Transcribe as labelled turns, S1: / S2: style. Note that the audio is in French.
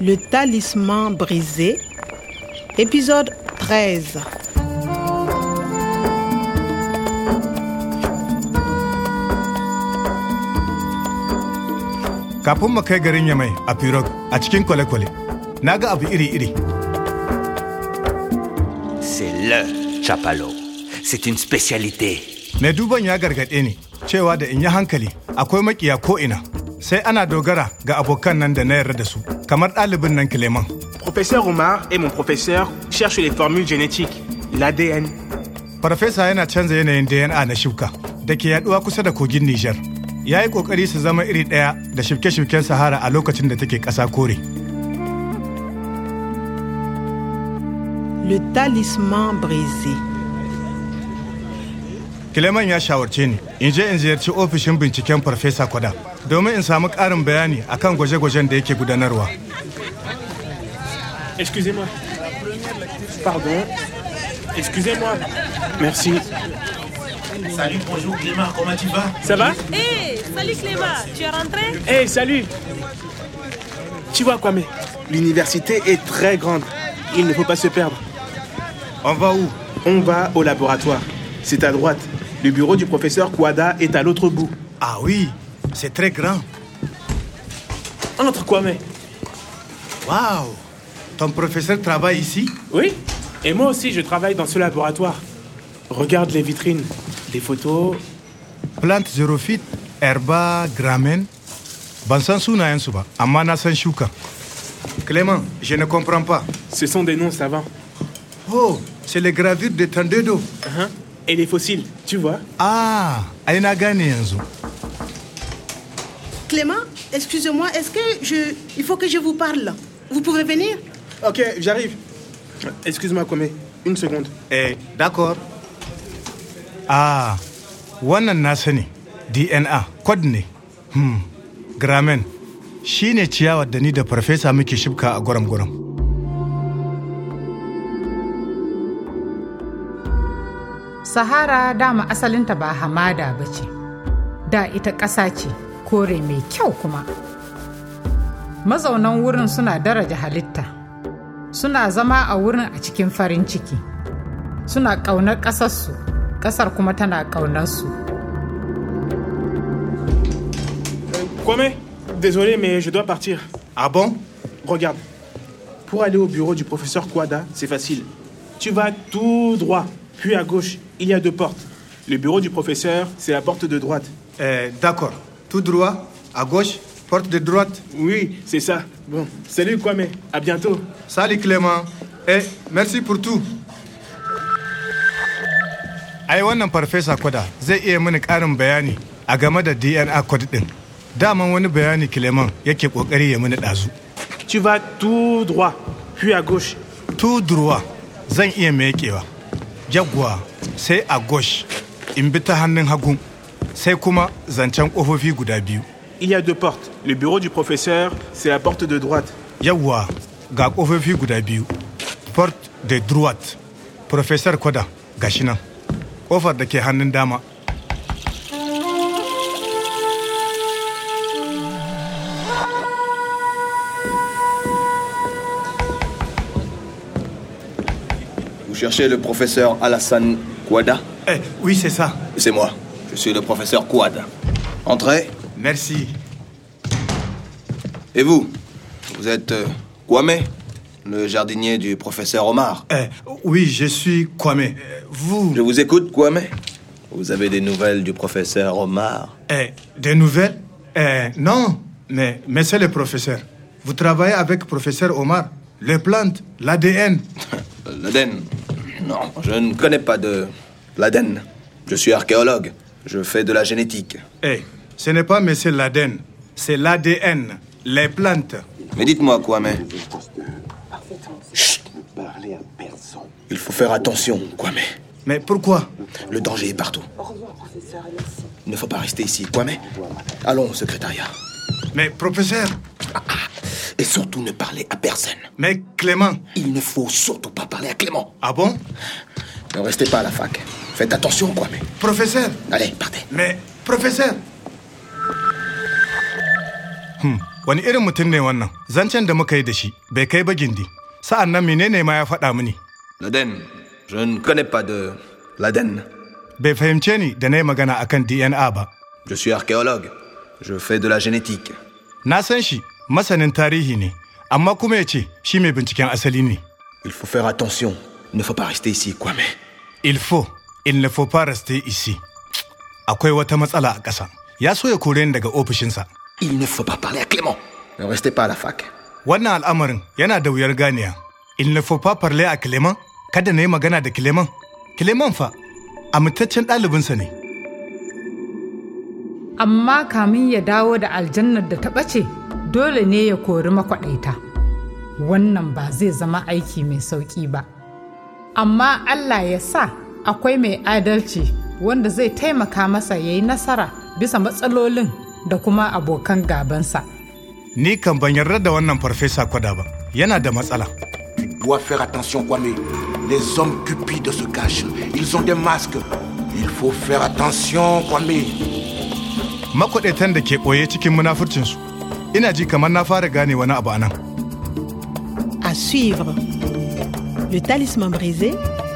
S1: Le talisman brisé, épisode 13.
S2: Kafin mu kai garin Yamai a Pirog a cikin kwale-kwale, na ga abu iri-iri.
S3: C'est le chapalo. C'est une spécialité.
S2: Mai duban ya gargaɗe ni cewa da in yi hankali akwai makiya ko'ina. Sai ana dogara ga abokan nan da na yarda da su, kamar ɗalibin nan Kileman.
S4: Professeur Omar et mon professeur cherchent les formules génétiques, l'ADN.
S2: Farfesa yana canza yanayin DNA na shuka da ke yaduwa kusa da kogin Nijar. Ya yi ƙoƙari su zama iri ɗaya da shirke-shirken Sahara a lokacin da take ƙasa kore.
S1: Le talisman brisé.
S2: Kileman ya shawarce ni in je in ziyarci ofishin binciken Farfesa Kwada domin in samu ƙarin bayani akan gwaje-gwajen da yake gudanarwa.
S4: Excusez-moi. Pardon. Excusez-moi. Merci.
S5: Salut, bonjour Clément, comment tu vas
S4: Ça va
S6: Hé, Eh, salut Clément, tu es rentré
S4: Eh, salut Tu vois, Kwame, l'université est très grande. Il ne faut pas se perdre.
S2: On va où?
S4: On va au laboratoire. C'est à droite. Le bureau du professeur Kwada est à l'autre bout.
S2: Ah oui, c'est très grand.
S4: Entre, Kwame.
S2: Waouh! Ton professeur travaille ici?
S4: Oui Et moi aussi, je travaille dans ce laboratoire. Regarde les vitrines, les photos.
S2: Plant xerophyte, herba, gramen. Ban san sunayensu ba, amma na san shuka. Clément, je ne comprends pas.
S4: Ce sont des noms savants.
S2: Oh, c'est les gravures de Tandedo.
S4: Hein Et les fossiles, tu vois
S2: Ah, ai na gane yanzu.
S7: Clément, excusez-moi, est-ce que je... Il faut que je vous parle. Vous pouvez venir
S4: Ok, j'arrive. Excuse-moi, Kwame. Une seconde.
S2: Eh, d'accord. Ah, wannan na sani. DNA, code ne. Hmm, gramen. Shi ne ciyawar da ni da farfesa muke shibka a gwaram-gwaram.
S8: Sahara dama asalinta ba hamada ba ce, da ita ƙasa ce, kore mai kyau kuma. Mazaunan wurin suna daraja halitta, suna zama a wurin a cikin farin ciki, suna ƙaunar ƙasarsu, ƙasar kuma tana ƙaunarsu.
S4: Kwame, désolé, mais je dois partir.
S2: Ah bon?
S4: Regarde. Pour aller au bureau du professeur Kwada, c'est facile. Tu vas tout droit, puis à gauche, il y a deux portes. Le bureau du professeur, c'est la porte de droite.
S2: Eh, d'accord. Tout droit, à gauche, porte de droite.
S4: Oui, c'est ça. Bon, salut Kwame, à bientôt.
S2: Salut Clément. Eh, merci pour tout. Ai wannan farfesa kwada zai iya mini ƙarin bayani a game da DNA code ɗin. Daman wani bayani Clément yake ƙoƙari ya mini ɗazu.
S4: Tu vas tout droit, puis à gauche.
S2: Tudurwa zan iya meƙewa. Yagwa sai a gosh in bi ta hannun hagu sai kuma zancen ƙofofi guda biyu.
S4: Il y a deux portes. Le bureau du professeur, c'est la porte de droite.
S2: Yawwa ga ƙofofi guda biyu. Port de Druat. Professor Kwada gashi nan. Ƙofar da ke hannun dama.
S9: Vous cherchez le professeur Alassane Kouada
S2: Eh, oui, c'est ça.
S9: C'est moi. Je suis le professeur Kouada. Entrez.
S2: Merci.
S9: Et vous Vous êtes euh, Kwame, le jardinier du professeur Omar.
S2: Eh, oui, je suis Kwame. Eh, Vous,
S9: Je vous écoute, Kwame. Vous avez des nouvelles du professeur Omar
S2: eh, des nouvelles Eh, non, mais, mais c'est le professeur. Vous travaillez avec professeur Omar. Les plantes, l'ADN.
S9: L'Aden Non, je ne connais pas de l'Aden. Je suis archéologue. Je fais de la génétique.
S2: Eh, ce n'est pas monsieur l'ADN, c'est l'ADN, les plantes.
S9: Mais dites-moi, Kwame. Chut. Il faut faire attention, Kwame.
S2: Mais pourquoi
S9: Le danger est partout. Il ne faut pas rester ici, Kwame. Allons au secrétariat.
S2: Mais professeur,
S9: Et surtout ne parler à personne.
S2: mais Clément.
S9: Il ne faut surtout pas parler à Clément.
S2: Ah bon
S9: Ne restez pas à la fac. Faites attention, Kwame.
S2: Professeur,
S9: Allez, partez.
S2: mais professeur. Hmm, wani irin mutum ne wannan zancen da muka yi da shi bai kai ba gindi sa'an nan menene ma ya faɗa mini
S9: L'Aden, je ne connais pas de l'Aden.
S2: bai fahimce ni da na yi magana akan dna ba
S9: Je suis archéologue. Je fais de la génétique.
S2: na san shi masanin tarihi ne amma kuma ya ce shi mai binciken asali ne
S9: Il faut faire attention. Il ne faut pas rester ici, quoi, mais.
S2: il faut il ne faut pas rester ici akwai wata matsala a ƙasa ya so ya kore ni daga ofishinsa
S9: Il ne faut pas parler à Clément. Ne restez pas à la fac.
S2: wannan al'amarin yana da wuyar ganiya il ne faut pas parler à Clément kada na yi magana da Clément Clément fa amintaccen ɗalibinsa ne
S8: amma kamin ya dawo da aljannar da ta ɓace dole ne ya kori makwaɗaita wannan ba zai zama aiki mai sauƙi ba amma allah ya sa akwai mai adalci wanda zai taimaka masa ya yi nasara bisa matsalolin da kuma abokan gabansa
S2: ni kan ban yarda da wannan farfesa kwada ba yana da matsala
S10: Tu dois faire attention, Kwame. Les hommes cupides se cachent. Ils ont des masques. Il faut faire attention, Kwame.
S2: makwaɗaitan da ke ɓoye cikin munafurcinsu ina ji kamar na fara gane wani abu anan
S1: À suivre. Le Talisman brisé,